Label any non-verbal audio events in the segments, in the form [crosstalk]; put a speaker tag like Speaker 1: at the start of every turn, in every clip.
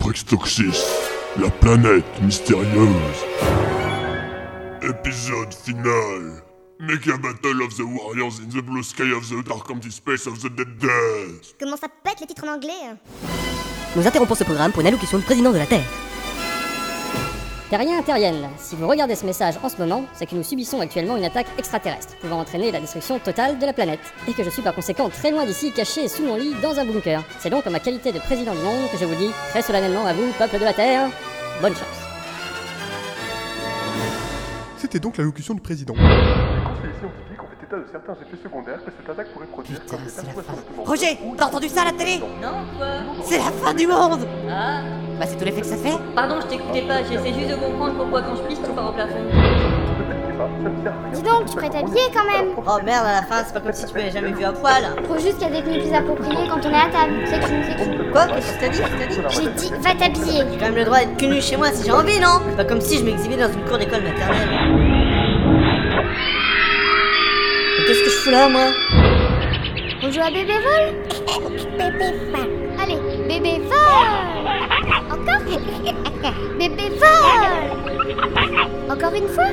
Speaker 1: Adoprextoxis, la planète mystérieuse. Épisode final. Mega Battle of the Warriors in the Blue Sky of the Dark Anti-Space of the Dead Dead.
Speaker 2: Comment ça pète les titres en anglais
Speaker 3: Nous interrompons ce programme pour une allocution du président de la Terre.
Speaker 4: Terriens, terriennes, si vous regardez ce message en ce moment, c'est que nous subissons actuellement une attaque extraterrestre, pouvant entraîner la destruction totale de la planète, et que je suis par conséquent très loin d'ici, caché sous mon lit dans un bunker. C'est donc en ma qualité de président du monde que je vous dis très solennellement à vous, peuple de la Terre, bonne chance.
Speaker 5: C'était donc l'allocution du président.
Speaker 6: Les scientifiques ont fait état de certains effets secondaires que cette attaque pourrait produire.
Speaker 3: Putain,
Speaker 6: comme des
Speaker 3: c'est la
Speaker 6: perturbations
Speaker 3: fin.
Speaker 6: de tension.
Speaker 7: Roger, t'as entendu ça à la télé
Speaker 8: Non, quoi
Speaker 7: C'est la fin du monde
Speaker 8: Ah
Speaker 7: Bah c'est tout l'effet que ça fait.
Speaker 8: Pardon, je t'écoutais pas, j'essaie juste de comprendre pourquoi quand je pisse, tout part au plafond.
Speaker 2: Dis donc, tu pourrais t'habiller quand même
Speaker 7: Oh merde, à la fin, c'est pas comme si tu m'avais jamais vu à poil.
Speaker 2: Trouve juste qu'il y a des tenues plus appropriées quand on est à table. C'est tout, c'est tout.
Speaker 7: Oh, Quoi Qu'est-ce que t'as dit Qu'est-ce que t'as dit
Speaker 2: J'ai dit, va t'habiller.
Speaker 7: J'ai quand même le droit d'être connu chez moi si j'ai envie, non C'est pas comme si je m'exhibais dans une cour d'école maternelle. Mais Qu'est-ce que je fous là, moi
Speaker 2: On joue à bébé vol Bébé vol. Allez, bébé vol [laughs] Encore Bébé vol Encore une fois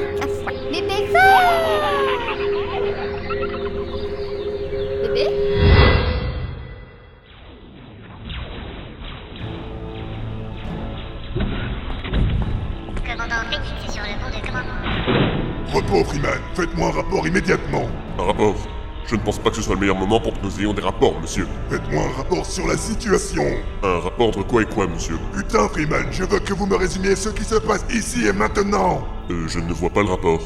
Speaker 2: Bébé vol Bébé
Speaker 9: Commandant Rick, c'est sur le pont de commandement.
Speaker 1: Repos, Freeman, faites-moi un rapport immédiatement.
Speaker 6: Un rapport Je ne pense pas que ce soit le meilleur moment pour que nous ayons des rapports, monsieur.
Speaker 1: Faites-moi un rapport sur la situation.
Speaker 6: Un rapport de quoi et quoi, monsieur
Speaker 1: Putain, Freeman, je veux que vous me résumiez ce qui se passe ici et maintenant.
Speaker 6: Euh, je ne vois pas le rapport.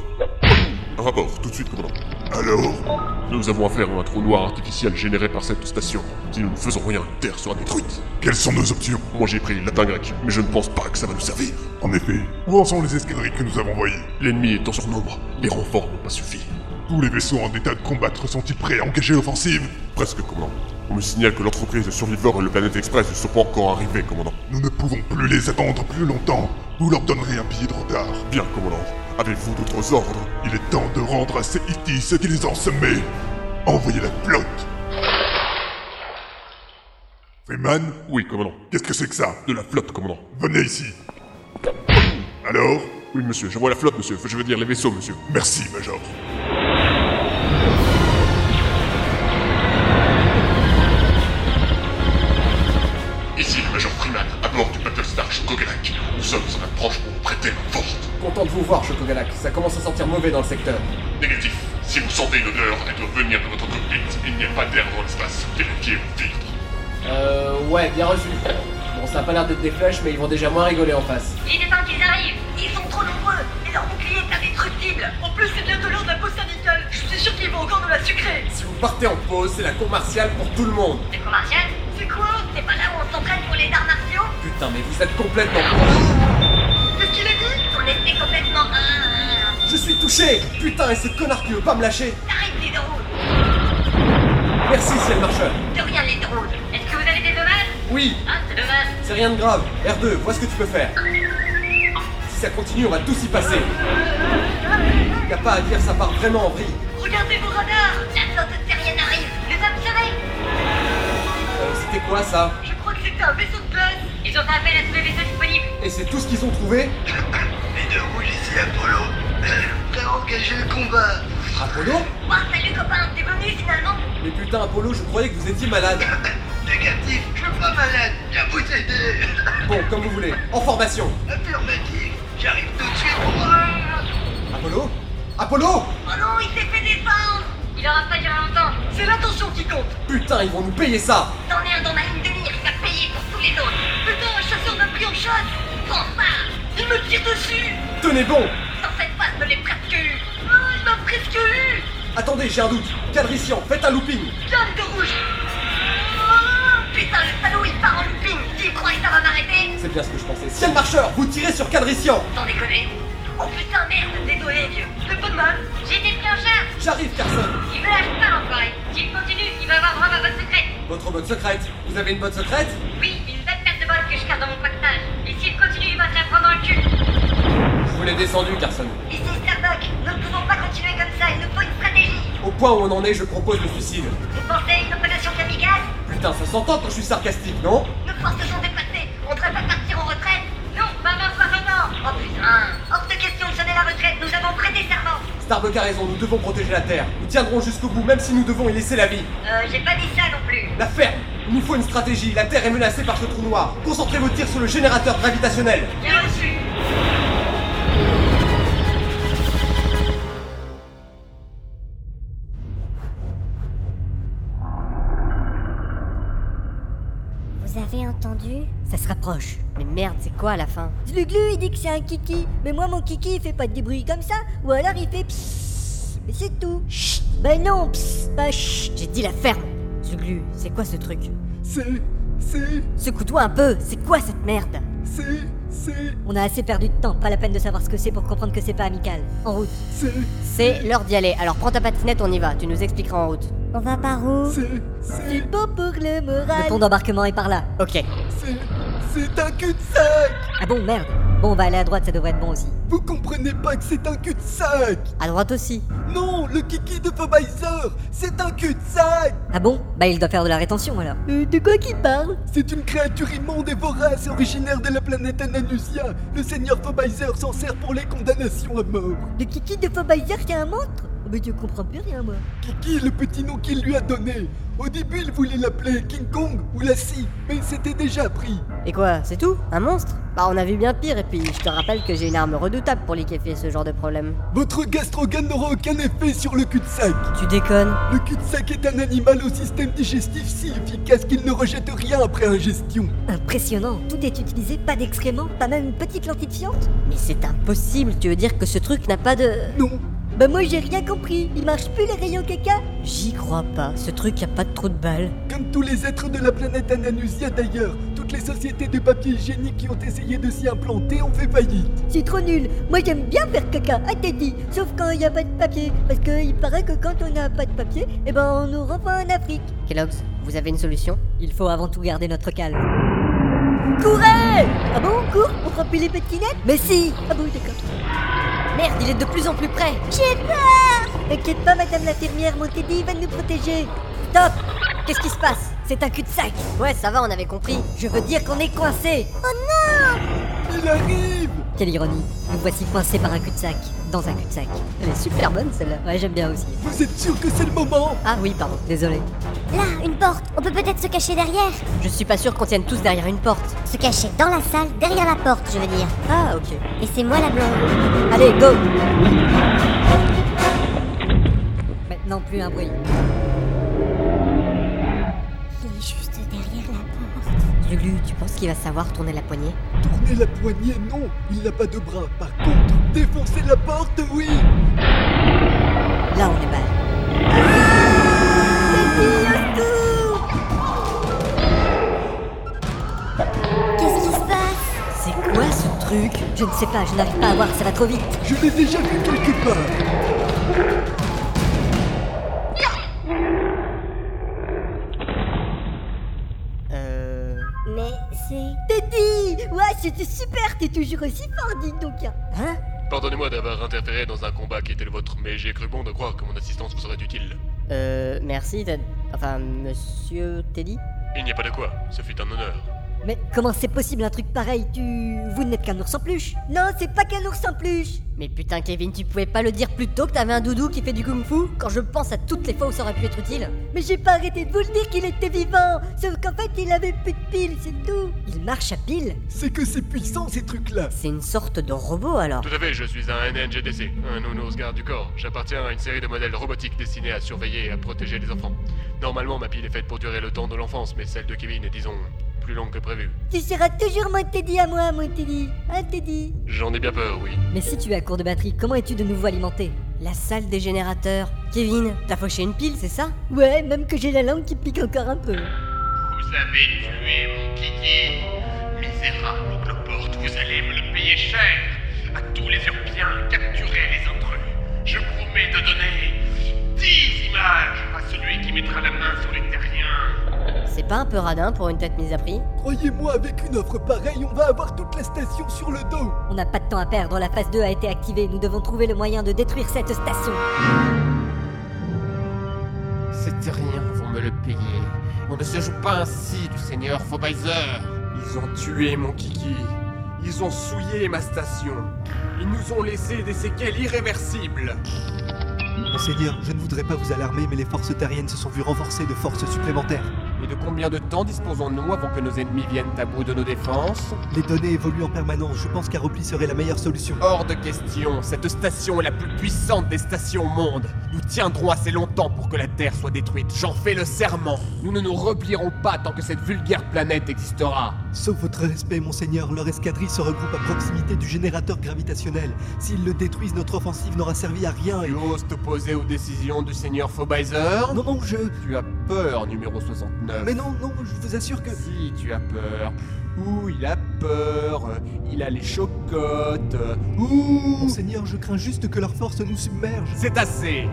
Speaker 6: Un rapport, tout de suite, commandant.
Speaker 1: Alors,
Speaker 6: Nous avons affaire à un trou noir artificiel généré par cette station. Si nous ne faisons rien, Terre sera détruite.
Speaker 1: quelles sont nos options
Speaker 6: Moi j'ai pris latin grec, mais je ne pense pas que ça va nous servir.
Speaker 1: En effet, où en sont les escadrilles que nous avons envoyées
Speaker 6: L'ennemi est en surnombre, les renforts n'ont pas suffi.
Speaker 1: Tous les vaisseaux en état de combattre sont-ils prêts à engager l'offensive
Speaker 6: Presque, commandant. On me signale que l'entreprise de surviveurs et le Planète Express ne sont pas encore arrivés, commandant.
Speaker 1: Nous ne pouvons plus les attendre plus longtemps. Vous leur donnerez un billet de retard.
Speaker 6: Bien, commandant. Avez-vous d'autres ordres
Speaker 1: Il est temps de rendre à ces hittis ce qu'ils ont semé. Envoyez la flotte. Freeman,
Speaker 6: Oui, commandant.
Speaker 1: qu'est-ce que c'est que ça
Speaker 6: De la flotte, commandant.
Speaker 1: Venez ici. Alors
Speaker 6: Oui, monsieur, je vois la flotte, monsieur. Je veux dire les vaisseaux, monsieur.
Speaker 1: Merci, Major.
Speaker 6: Ici le Major Freeman, à bord du Battlestar Chocogalak. Nous sommes en approche pour vous prêter main forte.
Speaker 10: Content de vous voir, Chocogalak. Ça commence à sentir mauvais dans le secteur.
Speaker 6: Négatif. Si vous sentez une odeur, elle doit venir de votre cockpit. Il n'y a pas d'air dans l'espace. Vérifiez vos filtres.
Speaker 10: Euh, ouais, bien reçu. Bon, ça a pas l'air d'être des flèches, mais ils vont déjà moins rigoler en face.
Speaker 8: Il est temps qu'ils arrivent Ils sont trop nombreux Et leur bouclier est indestructible En plus, c'est bientôt l'heure de la pause syndicale Je suis sûr qu'ils vont encore nous la sucrer
Speaker 10: Si vous partez en pause, c'est la cour martiale pour tout le monde.
Speaker 8: C'est quoi, Martial C'est quoi C'est pas là où on s'entraîne pour les arts martiaux
Speaker 10: Putain, mais vous êtes complètement con.
Speaker 8: C'est ce qu'il a dit On était complètement... Ah,
Speaker 10: Je suis touché Putain, et ces connards qui veut pas me lâcher
Speaker 8: ah. Arrête les drones
Speaker 10: Merci, ciel marcheur.
Speaker 8: De rien, les drones Est-ce que vous avez des dommages
Speaker 10: Oui,
Speaker 8: Ah, c'est dommage
Speaker 10: c'est rien de grave. R2, vois ce que tu peux faire. Si ça continue, on va tous y passer. Y a pas à dire, ça part vraiment en vrille.
Speaker 8: Regardez vos radars La flotte terrienne arrive Les hommes se
Speaker 10: Euh, C'était quoi ça
Speaker 8: Je crois que c'était un vaisseau de place Ils ont fait appel à tous les vaisseaux disponibles
Speaker 10: Et c'est tout ce qu'ils ont trouvé
Speaker 11: Mesdames, oui, ici Apollo. Prêt à engager le combat.
Speaker 10: Apollo
Speaker 8: Oh, salut copain, t'es venu finalement
Speaker 10: Mais putain, Apollo, je croyais que vous étiez malade.
Speaker 11: Négatif, je suis pas malade. Viens vous aider. [laughs]
Speaker 10: Bon, comme vous voulez. En formation.
Speaker 11: Affirmatif, j'arrive tout de suite. Ouah
Speaker 10: Apollo Apollo
Speaker 8: Oh Ah non, il s'est fait descendre Il aura pas duré longtemps C'est l'attention qui compte
Speaker 10: Putain, ils vont nous payer ça
Speaker 8: T'en es un dans ma ligne de mire, il va payer pour tous les autres Putain, un chasseur m'a pris en chasse Prends ça Il me tire dessus
Speaker 10: Tenez bon
Speaker 8: Sans cette passe, me l'ai presque eu Oh, il m'a presque eu
Speaker 10: Attendez, j'ai un doute. Cadrician, faites un looping.
Speaker 8: Viens, de rouge Oh, Putain, le salaud, il part en looping Tu crois que ça va m'arrêter
Speaker 10: C'est bien ce que je pensais. Ciel marcheur, vous tirez sur Cadrician
Speaker 8: T'en déconner Oh putain, merde, désolé, vieux C'est pas de mal J'ai des plancheurs
Speaker 10: J'arrive, Carson.
Speaker 8: Il me lâche pas, l'enfoiré S'il continue, il va avoir droit à ma bonne secrète
Speaker 10: Votre botte secrète. Vous avez une botte secrète
Speaker 8: Oui, une belle perte de bol que je garde dans mon pactage. Et s'il continue, il va te la prendre dans le cul.
Speaker 10: Je vous l'ai descendu, Carson.
Speaker 8: Ici, Starbuck, nous ne pouvons pas continuer comme ça, il nous faut une stratégie.
Speaker 10: Au point où on en est, je propose le suicide.
Speaker 8: Vous pensez à une opération kamikaze
Speaker 10: Putain, ça s'entend quand je suis sarcastique, non
Speaker 8: Nos forces sont dépassées, on ne traite pas hein.
Speaker 10: Starbuck a raison, nous devons protéger la Terre. Nous tiendrons jusqu'au bout, même si nous devons y laisser la vie.
Speaker 8: Euh, j'ai pas dit ça non plus.
Speaker 10: La ferme Il nous faut une stratégie, la Terre est menacée par ce trou noir. Concentrez vos tirs sur le générateur gravitationnel.
Speaker 8: Bien reçu.
Speaker 12: Vous avez entendu
Speaker 3: Ça se rapproche. Mais merde, c'est quoi à la fin
Speaker 7: Glu glu, il dit que c'est un kiki. Mais moi, mon kiki, il fait pas de bruit comme ça. Ou alors, il fait psss. Mais c'est tout. Chut. Ben non, psss, pas chut.
Speaker 3: J'ai dit la ferme. Zuglu, c'est quoi ce truc
Speaker 5: C'est. C'est.
Speaker 3: Secoue-toi un peu, c'est quoi cette merde
Speaker 5: C'est. C'est.
Speaker 7: On a assez perdu de temps, pas la peine de savoir ce que c'est pour comprendre que c'est pas amical. En route.
Speaker 5: C'est.
Speaker 3: C'est l'heure d'y aller, alors prends ta patinette, on y va, tu nous expliqueras en route.
Speaker 12: On va par où
Speaker 5: C'est.
Speaker 7: C'est beau pour le moral. Le pont d'embarquement est par là.
Speaker 3: Ok.
Speaker 5: C'est. C'est un cul-de-sac
Speaker 7: Ah bon, merde. Bon, on va aller à droite, ça devrait être bon aussi.
Speaker 5: Vous comprenez pas que c'est un cul-de-sac
Speaker 3: À droite aussi.
Speaker 5: Non, le kiki de Fobaiser, c'est un cul-de-sac
Speaker 7: Ah bon Bah il doit faire de la rétention alors.
Speaker 12: Euh, de quoi qu'il parle
Speaker 5: C'est une créature immonde et vorace originaire de la planète Ananusia. Le seigneur Fobaiser s'en sert pour les condamnations à mort.
Speaker 12: Le kiki de Fobaiser, c'est un monstre Oh, mais je comprends plus rien, moi.
Speaker 5: Kiki, le petit nom qu'il lui a donné. Au début, il voulait l'appeler King Kong ou la scie, mais il s'était déjà pris.
Speaker 3: Et quoi, c'est tout Un monstre Bah, on a vu bien pire, et puis je te rappelle que j'ai une arme redoutable pour liquéfier ce genre de problème.
Speaker 5: Votre gastrogan n'aura aucun effet sur le cul-de-sac.
Speaker 3: Tu déconnes
Speaker 5: Le cul-de-sac est un animal au système digestif si efficace qu'il ne rejette rien après ingestion.
Speaker 7: Impressionnant. Tout est utilisé, pas d'excréments, pas même une petite lentille de fiente
Speaker 3: Mais c'est impossible, tu veux dire que ce truc n'a pas de.
Speaker 5: Non,
Speaker 7: bah moi j'ai rien compris, il marche plus les rayons caca
Speaker 3: J'y crois pas, ce truc y a pas de trou de balle.
Speaker 5: Comme tous les êtres de la planète Ananusia d'ailleurs, toutes les sociétés de papier hygiénique qui ont essayé de s'y implanter ont fait faillite.
Speaker 12: C'est trop nul, moi j'aime bien faire caca, à t'as dit, sauf quand y a pas de papier, parce que il paraît que quand on a pas de papier, eh ben on nous renvoie en Afrique.
Speaker 3: Kellogg's, vous avez une solution
Speaker 7: Il faut avant tout garder notre calme.
Speaker 12: Courez Ah bon, on court On prend plus les petites
Speaker 7: Mais si
Speaker 12: Ah bon, d'accord.
Speaker 3: Merde, il est de plus en plus près.
Speaker 12: J'ai peur
Speaker 7: T'inquiète pas, madame l'infirmière, mon Teddy va nous protéger. Stop Qu'est-ce qui se passe C'est un cul-de-sac.
Speaker 3: Ouais, ça va, on avait compris.
Speaker 7: Je veux dire qu'on est coincé.
Speaker 12: Oh non
Speaker 5: Il arrive
Speaker 7: Quelle ironie. Nous voici coincés par un cul-de-sac. Dans un cul-de-sac.
Speaker 3: Elle est super bonne celle-là.
Speaker 7: Ouais, j'aime bien aussi.
Speaker 5: Vous êtes sûr que c'est le moment
Speaker 3: Ah oui, pardon, désolé.
Speaker 12: Là, une porte. On peut peut-être se cacher derrière.
Speaker 3: Je suis pas sûr qu'on tienne tous derrière une porte.
Speaker 12: Se cacher dans la salle, derrière la porte, je veux dire.
Speaker 3: Ah, ok.
Speaker 12: Et c'est moi la blonde.
Speaker 7: Allez, go Maintenant, plus un bruit.
Speaker 12: Il est juste derrière la porte.
Speaker 3: Lulu, tu penses qu'il va savoir tourner la poignée
Speaker 5: Tourner la poignée, non Il n'a pas de bras. Par contre, défoncer la porte, oui
Speaker 7: Là, on est mal.
Speaker 12: Qu'est-ce qui se passe
Speaker 7: C'est quoi ce truc Je ne sais pas, je n'arrive pas à voir, ça va trop vite.
Speaker 5: Je l'ai déjà vu quelque part.
Speaker 3: Euh...
Speaker 12: Mais c'est...
Speaker 7: Teddy Ouais, c'était super, t'es toujours aussi fort, dis donc.
Speaker 3: Hein
Speaker 13: Pardonnez-moi d'avoir interféré dans un combat qui était le vôtre, mais j'ai cru bon de croire que mon assistance vous serait utile.
Speaker 3: Euh, merci, Ted. Enfin, monsieur Teddy
Speaker 13: Il n'y a pas de quoi, ce fut un honneur.
Speaker 7: Mais comment c'est possible un truc pareil Tu. Vous n'êtes qu'un ours en peluche Non, c'est pas qu'un ours en peluche
Speaker 3: Mais putain, Kevin, tu pouvais pas le dire plus tôt que t'avais un doudou qui fait du kung-fu Quand je pense à toutes les fois où ça aurait pu être utile
Speaker 7: Mais j'ai pas arrêté de vous le dire qu'il était vivant Sauf qu'en fait, il avait plus de piles, c'est tout Il marche à piles
Speaker 5: C'est que c'est puissant ces trucs-là
Speaker 3: C'est une sorte de robot alors
Speaker 13: Tout à fait, je suis un NNGDC, un nounours garde du corps. J'appartiens à une série de modèles robotiques destinés à surveiller et à protéger les enfants. Normalement, ma pile est faite pour durer le temps de l'enfance, mais celle de Kevin est, disons, plus longue que prévu.
Speaker 7: Tu seras toujours mon Teddy à moi, mon Teddy.
Speaker 3: oh,
Speaker 7: Hein, Teddy
Speaker 13: J'en ai bien peur, oui.
Speaker 7: Mais si tu es à court de batterie, comment es-tu de nouveau alimenté
Speaker 3: La salle des générateurs. Kevin, t'as fauché une pile, c'est ça
Speaker 7: Ouais, même que j'ai la langue qui pique encore un peu.
Speaker 11: Vous avez tué mon Kiki. Misérable cloporte, vous allez me le payer cher. À tous les urbiens, capturez les intrus. Je promets de donner 10 images à celui qui mettra la main sur les terriens.
Speaker 3: C'est pas un peu radin pour une tête mise à prix
Speaker 5: Croyez-moi, avec une offre pareille, on va avoir toute la station sur le dos
Speaker 7: On n'a pas de temps à perdre, la phase 2 a été activée, nous devons trouver le moyen de détruire cette station.
Speaker 14: Ces rien, vont me le payer. On ne se joue pas ainsi du seigneur Faubizer. Ils ont tué mon kiki. Ils ont souillé ma station.
Speaker 10: Ils nous ont laissé des séquelles irréversibles.
Speaker 15: Monseigneur, je ne voudrais pas vous alarmer, mais les forces terriennes se sont vues renforcées de forces supplémentaires.
Speaker 10: Et de combien de temps disposons-nous avant que nos ennemis viennent à bout de nos défenses
Speaker 15: Les données évoluent en permanence, je pense qu'un repli serait la meilleure solution.
Speaker 10: Hors de question, cette station est la plus puissante des stations au monde. Nous tiendrons assez longtemps pour que la Terre soit détruite, j'en fais le serment. Nous ne nous replierons pas tant que cette vulgaire planète existera.
Speaker 15: Sauf votre respect, monseigneur, leur escadrille se regroupe à proximité du générateur gravitationnel. S'ils le détruisent, notre offensive n'aura servi à rien et...
Speaker 10: Tu oses t'opposer aux décisions du seigneur Faubizer
Speaker 15: Non, non, je...
Speaker 10: Tu as peur, numéro 69.
Speaker 15: Mais non, non, je vous assure que.
Speaker 10: Si tu as peur. Ouh, il a peur. Il a les chocottes. Ouh
Speaker 15: Monseigneur, je crains juste que leur force nous submerge.
Speaker 10: C'est assez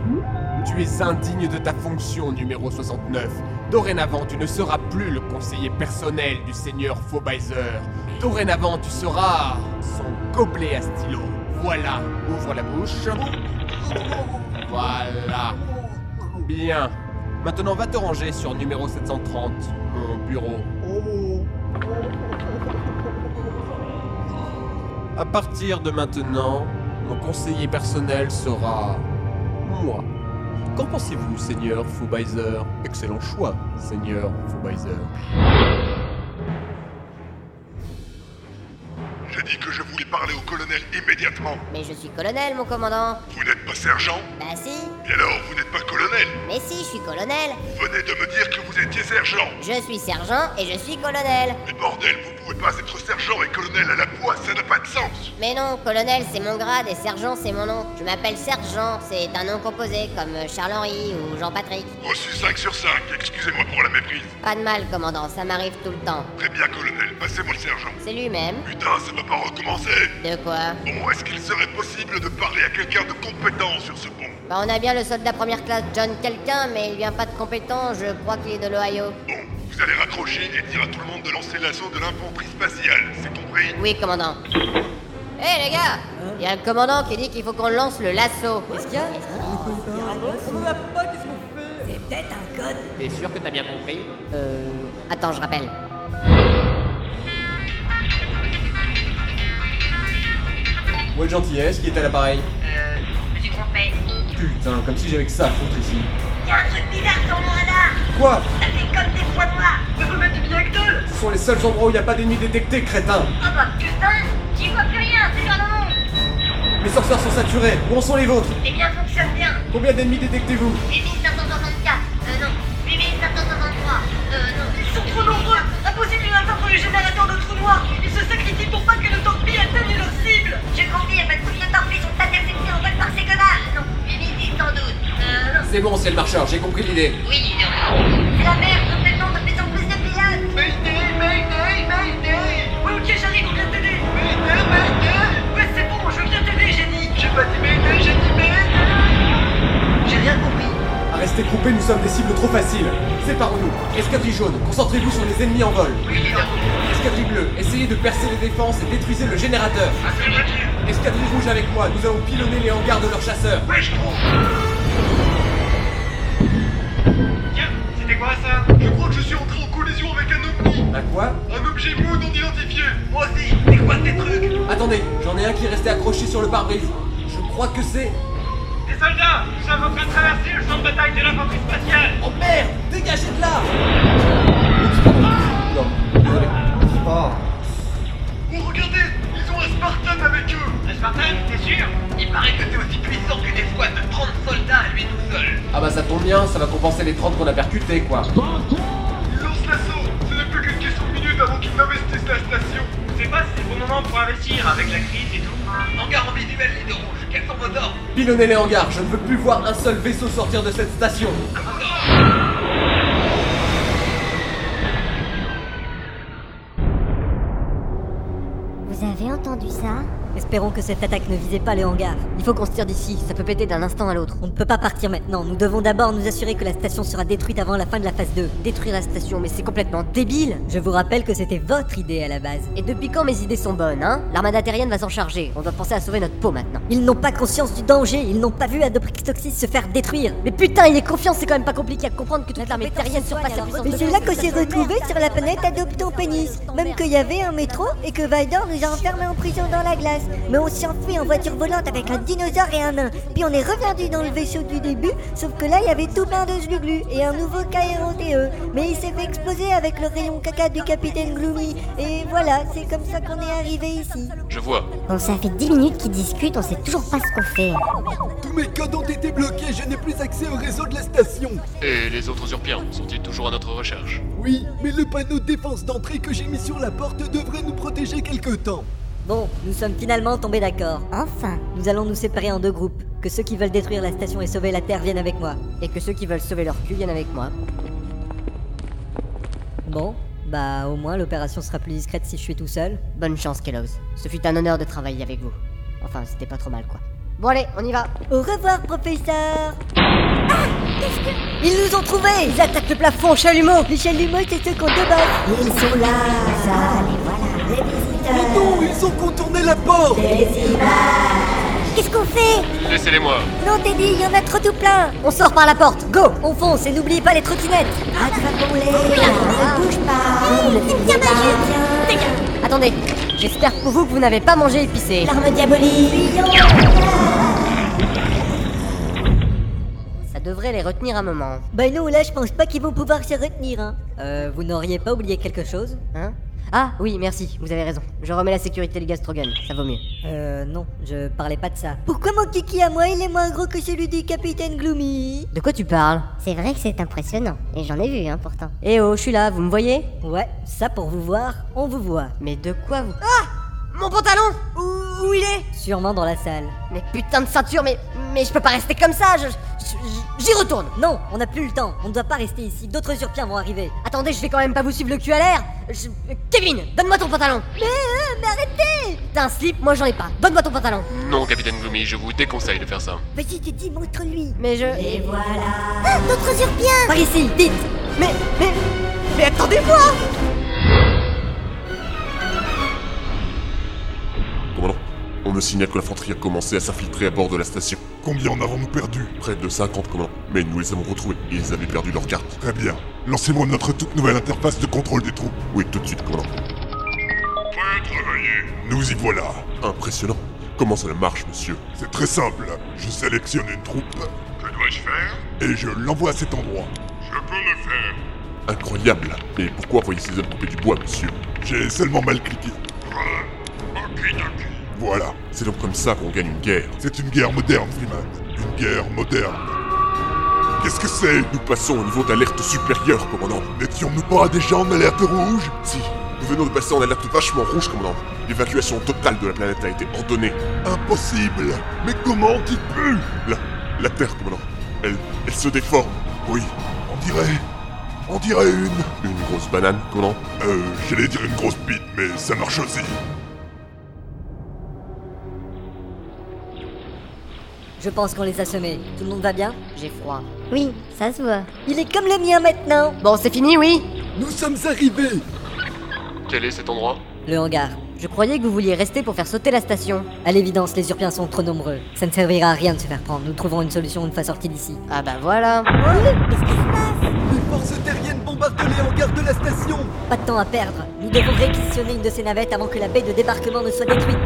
Speaker 10: Tu es indigne de ta fonction, numéro 69. Dorénavant, tu ne seras plus le conseiller personnel du seigneur Faubizer. Dorénavant, tu seras. son gobelet à stylo. Voilà, ouvre la bouche. Voilà. Bien. Maintenant, va te ranger sur numéro 730, mon bureau.
Speaker 5: Oh.
Speaker 10: À partir de maintenant, mon conseiller personnel sera moi. Qu'en pensez-vous, Seigneur Faubizer Excellent choix, Seigneur Faubizer.
Speaker 1: J'ai dit que je voulais parler au colonel immédiatement.
Speaker 12: Mais je suis colonel, mon commandant.
Speaker 1: Vous n'êtes pas sergent
Speaker 12: Bah si.
Speaker 1: Et alors, vous n'êtes pas colonel
Speaker 12: Mais si, je suis colonel.
Speaker 1: Vous venez de me dire que vous étiez sergent.
Speaker 12: Je suis sergent et je suis colonel.
Speaker 1: Mais bordel, vous pouvez pas être sergent et colonel à la fois, ça n'a pas de sens.
Speaker 12: Mais non, colonel c'est mon grade et sergent c'est mon nom. Je m'appelle sergent, c'est un nom composé comme Charles-Henri ou Jean-Patrick.
Speaker 1: Reçu 5 sur 5, excusez-moi pour la méprise.
Speaker 12: Pas de mal, commandant, ça m'arrive tout le temps.
Speaker 1: Très bien, colonel, passez-moi le sergent.
Speaker 12: C'est lui-même.
Speaker 1: Putain, ça va pas recommencer.
Speaker 12: De quoi
Speaker 1: Bon, est-ce qu'il serait possible de parler à quelqu'un de compétent sur ce pont
Speaker 12: Bah on a bien le soldat première classe John quelqu'un, mais il vient pas de compétent, je crois qu'il est de l'Ohio.
Speaker 1: Bon, vous allez raccrocher et dire à tout le monde de lancer l'assaut de l'infanterie spatiale, c'est compris
Speaker 12: Oui, commandant. Hé hey, les gars Il y a le commandant qui dit qu'il faut qu'on lance le lasso.
Speaker 7: Qu'est-ce qu'il y a
Speaker 3: C'est peut-être un code.
Speaker 10: T'es sûr que t'as bien compris
Speaker 12: Euh... Attends, je rappelle.
Speaker 10: Ouais, gentillesse, qui est à l'appareil
Speaker 8: Euh, je me suis trompé.
Speaker 10: Putain, comme si j'avais que ça à foutre ici.
Speaker 8: Y'a un truc bizarre sur mon radar
Speaker 10: Quoi
Speaker 8: Ça fait comme des poids noirs Le remède du biactol
Speaker 10: Ce sont les seuls endroits où il n'y a pas d'ennemis détectés, crétin
Speaker 8: Ah bah putain J'y vois plus rien, c'est pas mon monde
Speaker 10: Mes sorcières sont saturés, où en sont les vôtres
Speaker 8: Les miens fonctionnent Eh bien
Speaker 10: Combien d'ennemis détectez-vous
Speaker 8: 8564 Euh non, 8563 Euh non, ils sont trop nombreux Impossible une atteindre le générateur de trous noirs Ils se sacrifient pour pas que le torpille atteigne leur cible J'ai grandi à battre toutes les torpilles sont interceptées en fait par ces connards Non, 8112 Euh non
Speaker 10: C'est bon, c'est le marcheur, j'ai compris l'idée.
Speaker 8: Oui, c'est la merde, complètement, de plus en plus de pillage Mayday, Mayday, Mayday Ouais, ok, j'arrive, on vient t'aider Mayday, Mayday Ouais, c'est bon, je viens t'aider, j'ai dit J'ai pas dit Mayday, j'ai dit Mayday J'ai rien compris
Speaker 10: À rester groupés, nous sommes des cibles trop faciles. Séparons-nous. Escadrille jaune, concentrez-vous sur les ennemis en vol. Escadrille bleue, essayez de percer les défenses et détruisez le générateur. Escadrille rouge avec moi, nous allons pilonner les hangars de leurs chasseurs.
Speaker 1: Ouais, je trouve
Speaker 5: Tiens, c'était quoi ça
Speaker 1: Je crois que je suis entré en collision avec un ovni
Speaker 10: À quoi
Speaker 1: Un objet mou non identifié
Speaker 5: Moi aussi, c'est quoi ces trucs
Speaker 10: Attendez, j'en ai un qui est resté accroché sur le pare-brise. Je crois que c'est.
Speaker 5: Des soldats Nous sommes en train de traverser le champ de bataille de l'infanterie spatiale
Speaker 10: Oh merde Dégagez de là Non, désolé. Oh.
Speaker 1: Oh, regardez Ils ont un Spartan avec eux
Speaker 5: Un Spartan, t'es sûr Il paraît que t'es aussi puissant que des fois de 30 soldats à lui tout seul
Speaker 10: Ah bah ça tombe bien, ça va compenser les 30 qu'on a percutés quoi.
Speaker 1: Ils lancent l'assaut Ce n'est plus qu'une question de minutes avant qu'ils n'investissent la station
Speaker 5: Je sais pas si c'est le bon moment pour investir avec la crise et tout. Hangar en visuel, les deux rouges, quels sont vos ordres
Speaker 10: Pilonnez les hangars, je ne veux plus voir un seul vaisseau sortir de cette station.
Speaker 7: Vous avez entendu ça
Speaker 3: Espérons que cette attaque ne visait pas les hangars.
Speaker 12: Il faut qu'on se tire d'ici, ça peut péter d'un instant à l'autre.
Speaker 3: On ne peut pas partir maintenant. Nous devons d'abord nous assurer que la station sera détruite avant la fin de la phase 2.
Speaker 12: Détruire la station, mais c'est complètement débile
Speaker 3: Je vous rappelle que c'était votre idée à la base.
Speaker 12: Et depuis quand mes idées sont bonnes, hein L'armada terrienne va s'en charger, on doit penser à sauver notre peau maintenant.
Speaker 3: Ils n'ont pas conscience du danger, ils n'ont pas vu Adoprix Toxis se faire détruire.
Speaker 12: Mais putain, il est confiant, c'est quand même pas compliqué à comprendre que toute l'armée terrienne surpasse la puissance
Speaker 7: Mais
Speaker 12: de
Speaker 7: c'est là qu'on s'est retrouvés sur la planète Adoptons Pénis. Même qu'il y avait un métro et que Vaidor nous a enfermé en prison dans la glace, mais on s'est enfui en voiture volante avec un dinosaure et un nain. Puis on est revenu dans le vaisseau du début, sauf que là il y avait tout plein de Gluglu et un nouveau KROTE. E. Mais il s'est fait exploser avec le rayon caca du capitaine Gloomy. Et voilà, c'est comme ça qu'on est arrivé ici.
Speaker 14: Je vois.
Speaker 16: Bon, ça fait 10 minutes qu'ils discutent, on sait toujours pas ce qu'on fait.
Speaker 5: Tous mes codes ont été bloqués, je n'ai plus accès au réseau de la station.
Speaker 14: Et les autres Urpiens sont-ils toujours à notre recherche
Speaker 5: Oui, mais le panneau de défense d'entrée que j'ai mis sur la porte devrait nous protéger quelque temps.
Speaker 3: Bon, nous sommes finalement tombés d'accord.
Speaker 16: Enfin
Speaker 3: Nous allons nous séparer en deux groupes. Que ceux qui veulent détruire la station et sauver la Terre viennent avec moi. Et que ceux qui veulent sauver leur cul viennent avec moi. Bon, bah au moins l'opération sera plus discrète si je suis tout seul.
Speaker 12: Bonne chance, Kellows. Ce fut un honneur de travailler avec vous. Enfin, c'était pas trop mal, quoi. Bon, allez, on y va.
Speaker 7: Au revoir, professeur
Speaker 3: Ils nous ont trouvés Ils attaquent le plafond, chalumeau Les chalumeaux, c'est ceux qu'on débat
Speaker 8: Ils sont là Ça, les voilà Ah, Les visiteurs
Speaker 5: Mais non, ils ont contourné la porte
Speaker 8: Les images
Speaker 7: Qu'est-ce qu'on fait
Speaker 14: Laissez-les moi
Speaker 7: Non, Teddy, il y en a trop tout plein
Speaker 3: On sort par la porte, go On fonce et n'oubliez pas les trottinettes
Speaker 8: Attrapons-les Ne bouge pas
Speaker 7: Ne tiens ma
Speaker 8: Dégage
Speaker 12: Attendez, j'espère pour vous que vous n'avez pas mangé épicé.
Speaker 8: L'arme diabolique
Speaker 12: Ça devrait les retenir un moment.
Speaker 3: Bah non, là je pense pas qu'ils vont pouvoir se retenir, hein. Euh, vous n'auriez pas oublié quelque chose
Speaker 12: Hein Ah oui, merci, vous avez raison. Je remets la sécurité du gastrogun, ça vaut mieux.
Speaker 3: Euh, non, je parlais pas de ça.
Speaker 7: Pourquoi mon kiki à moi, il est moins gros que celui du capitaine Gloomy
Speaker 12: De quoi tu parles
Speaker 16: C'est vrai que c'est impressionnant, et j'en ai vu, hein, pourtant.
Speaker 12: Eh oh, je suis là, vous me voyez
Speaker 3: Ouais, ça pour vous voir, on vous voit.
Speaker 12: Mais de quoi vous...
Speaker 17: Ah Mon pantalon où, où il est
Speaker 3: Sûrement dans la salle.
Speaker 12: Mais putain de ceinture, mais mais je peux pas rester comme ça, je, je- je- j'y retourne.
Speaker 3: Non, on n'a plus le temps, on ne doit pas rester ici, d'autres surpiens vont arriver.
Speaker 12: Attendez, je vais quand même pas vous suivre le cul à l'air. Je- Kevin, donne-moi ton pantalon.
Speaker 7: Mais, euh, mais arrêtez
Speaker 12: T'as un slip, moi j'en ai pas. Donne-moi ton pantalon.
Speaker 14: Non, capitaine Gloomy, je vous déconseille de faire ça.
Speaker 7: Vas-y, Teddy, montre-lui
Speaker 12: Mais je...
Speaker 8: Et voilà
Speaker 7: Ah, d'autres urpiens
Speaker 3: Par ici, vite
Speaker 17: Mais, mais, mais attendez-moi
Speaker 6: Commandant, on me signale que l'infanterie a commencé à s'infiltrer à bord de la station.
Speaker 1: Combien en avons-nous perdu
Speaker 6: Près de 50, commandant. Mais nous les avons retrouvés. Ils avaient perdu leur carte.
Speaker 1: Très bien. Lancez-moi notre toute nouvelle interface de contrôle des troupes.
Speaker 6: Oui, tout de suite, commandant.
Speaker 1: Bien travaillé. Nous y voilà.
Speaker 6: Impressionnant. Comment cela marche, monsieur
Speaker 1: C'est très simple. Je sélectionne une troupe
Speaker 18: Que dois-je faire
Speaker 1: et je l'envoie à cet endroit.
Speaker 18: Je peux le faire.
Speaker 6: Incroyable. Et pourquoi envoyer ces hommes couper du bois, monsieur
Speaker 1: J'ai seulement mal cliqué.
Speaker 18: Ah, Okidoki.
Speaker 1: Voilà.
Speaker 6: C'est donc comme ça qu'on gagne une guerre.
Speaker 1: C'est une guerre moderne, Freeman. Une guerre moderne. Qu'est-ce que c'est
Speaker 6: Nous passons au niveau d'alerte supérieure, commandant.
Speaker 1: N'étions-nous pas déjà en alerte rouge
Speaker 6: Si, nous venons de passer en alerte vachement rouge, commandant. L'évacuation totale de la planète a été ordonnée.
Speaker 1: Impossible Mais comment qui pue
Speaker 6: La, la Terre, commandant. Elle, elle se déforme.
Speaker 1: Oui, on dirait... On dirait une...
Speaker 6: Une grosse banane, commandant.
Speaker 1: Euh, j'allais dire une grosse bite, mais ça marche aussi.
Speaker 3: Je pense qu'on les a semés. Tout le monde va bien
Speaker 12: J'ai froid.
Speaker 16: Oui, ça se voit.
Speaker 7: Il est comme le mien maintenant
Speaker 12: Bon, c'est fini, oui
Speaker 5: Nous sommes arrivés
Speaker 14: Quel est cet endroit
Speaker 3: Le hangar.
Speaker 12: Je croyais que vous vouliez rester pour faire sauter la station.
Speaker 3: À l'évidence, les urpiens sont trop nombreux. Ça ne servira à rien de se faire prendre. Nous trouverons une solution une fois sortis d'ici.
Speaker 12: Ah bah voilà.
Speaker 5: Les forces terriennes bombardent les hangars de la station
Speaker 3: Pas de temps à perdre. Nous devons réquisitionner une de ces navettes avant que la baie de débarquement ne soit détruite.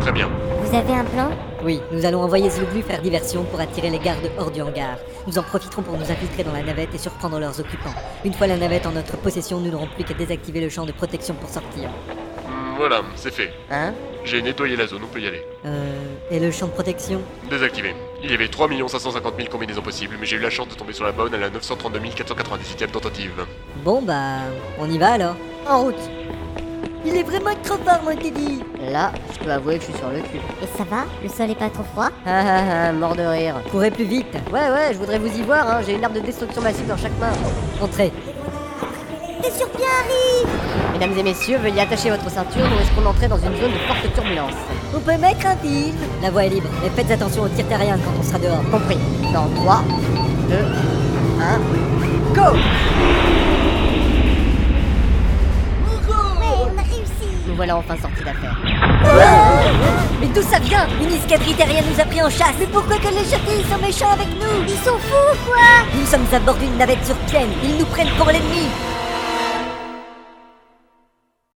Speaker 14: Très bien.
Speaker 16: Vous avez un plan
Speaker 3: Oui, nous allons envoyer Zluglu faire diversion pour attirer les gardes hors du hangar. Nous en profiterons pour nous infiltrer dans la navette et surprendre leurs occupants. Une fois la navette en notre possession, nous n'aurons plus qu'à désactiver le champ de protection pour sortir.
Speaker 14: Hmm, Voilà, c'est fait.
Speaker 12: Hein
Speaker 14: J'ai nettoyé la zone, on peut y aller.
Speaker 3: Euh... Et le champ de protection
Speaker 14: Désactivé. Il y avait 3 550 000 combinaisons possibles, mais j'ai eu la chance de tomber sur la bonne à la 932 498 e tentative.
Speaker 3: Bon bah... On y va alors
Speaker 7: En route Il est vraiment trop fort, mon Teddy
Speaker 12: Là, je peux avouer que je suis sur le cul.
Speaker 16: Et ça va Le sol est pas trop froid
Speaker 12: Ah ah ah, mort de rire.
Speaker 3: Courez plus vite
Speaker 12: Ouais, ouais, je voudrais vous y voir, hein. J'ai une arme de destruction massive dans chaque main.
Speaker 3: Entrez
Speaker 7: Les surpiens arrivent
Speaker 12: Mesdames et messieurs, veuillez attacher votre ceinture, nous risquons d'entrer dans une zone de forte turbulence.
Speaker 7: On peut mettre un fil
Speaker 3: La voie est libre, mais faites attention aux tirs terriens quand on sera dehors.
Speaker 12: Compris. Dans 3, 2, 1, go
Speaker 7: Ouais, on a réussi
Speaker 12: Nous voilà enfin sortis d'affaire.
Speaker 3: Mais d'où ça vient
Speaker 7: Une escadrille terrienne nous a pris en chasse Mais pourquoi que les châtaignes sont méchants avec nous Ils sont fous, quoi
Speaker 3: Nous sommes à bord d'une navette sur Tienne. Ils nous prennent pour l'ennemi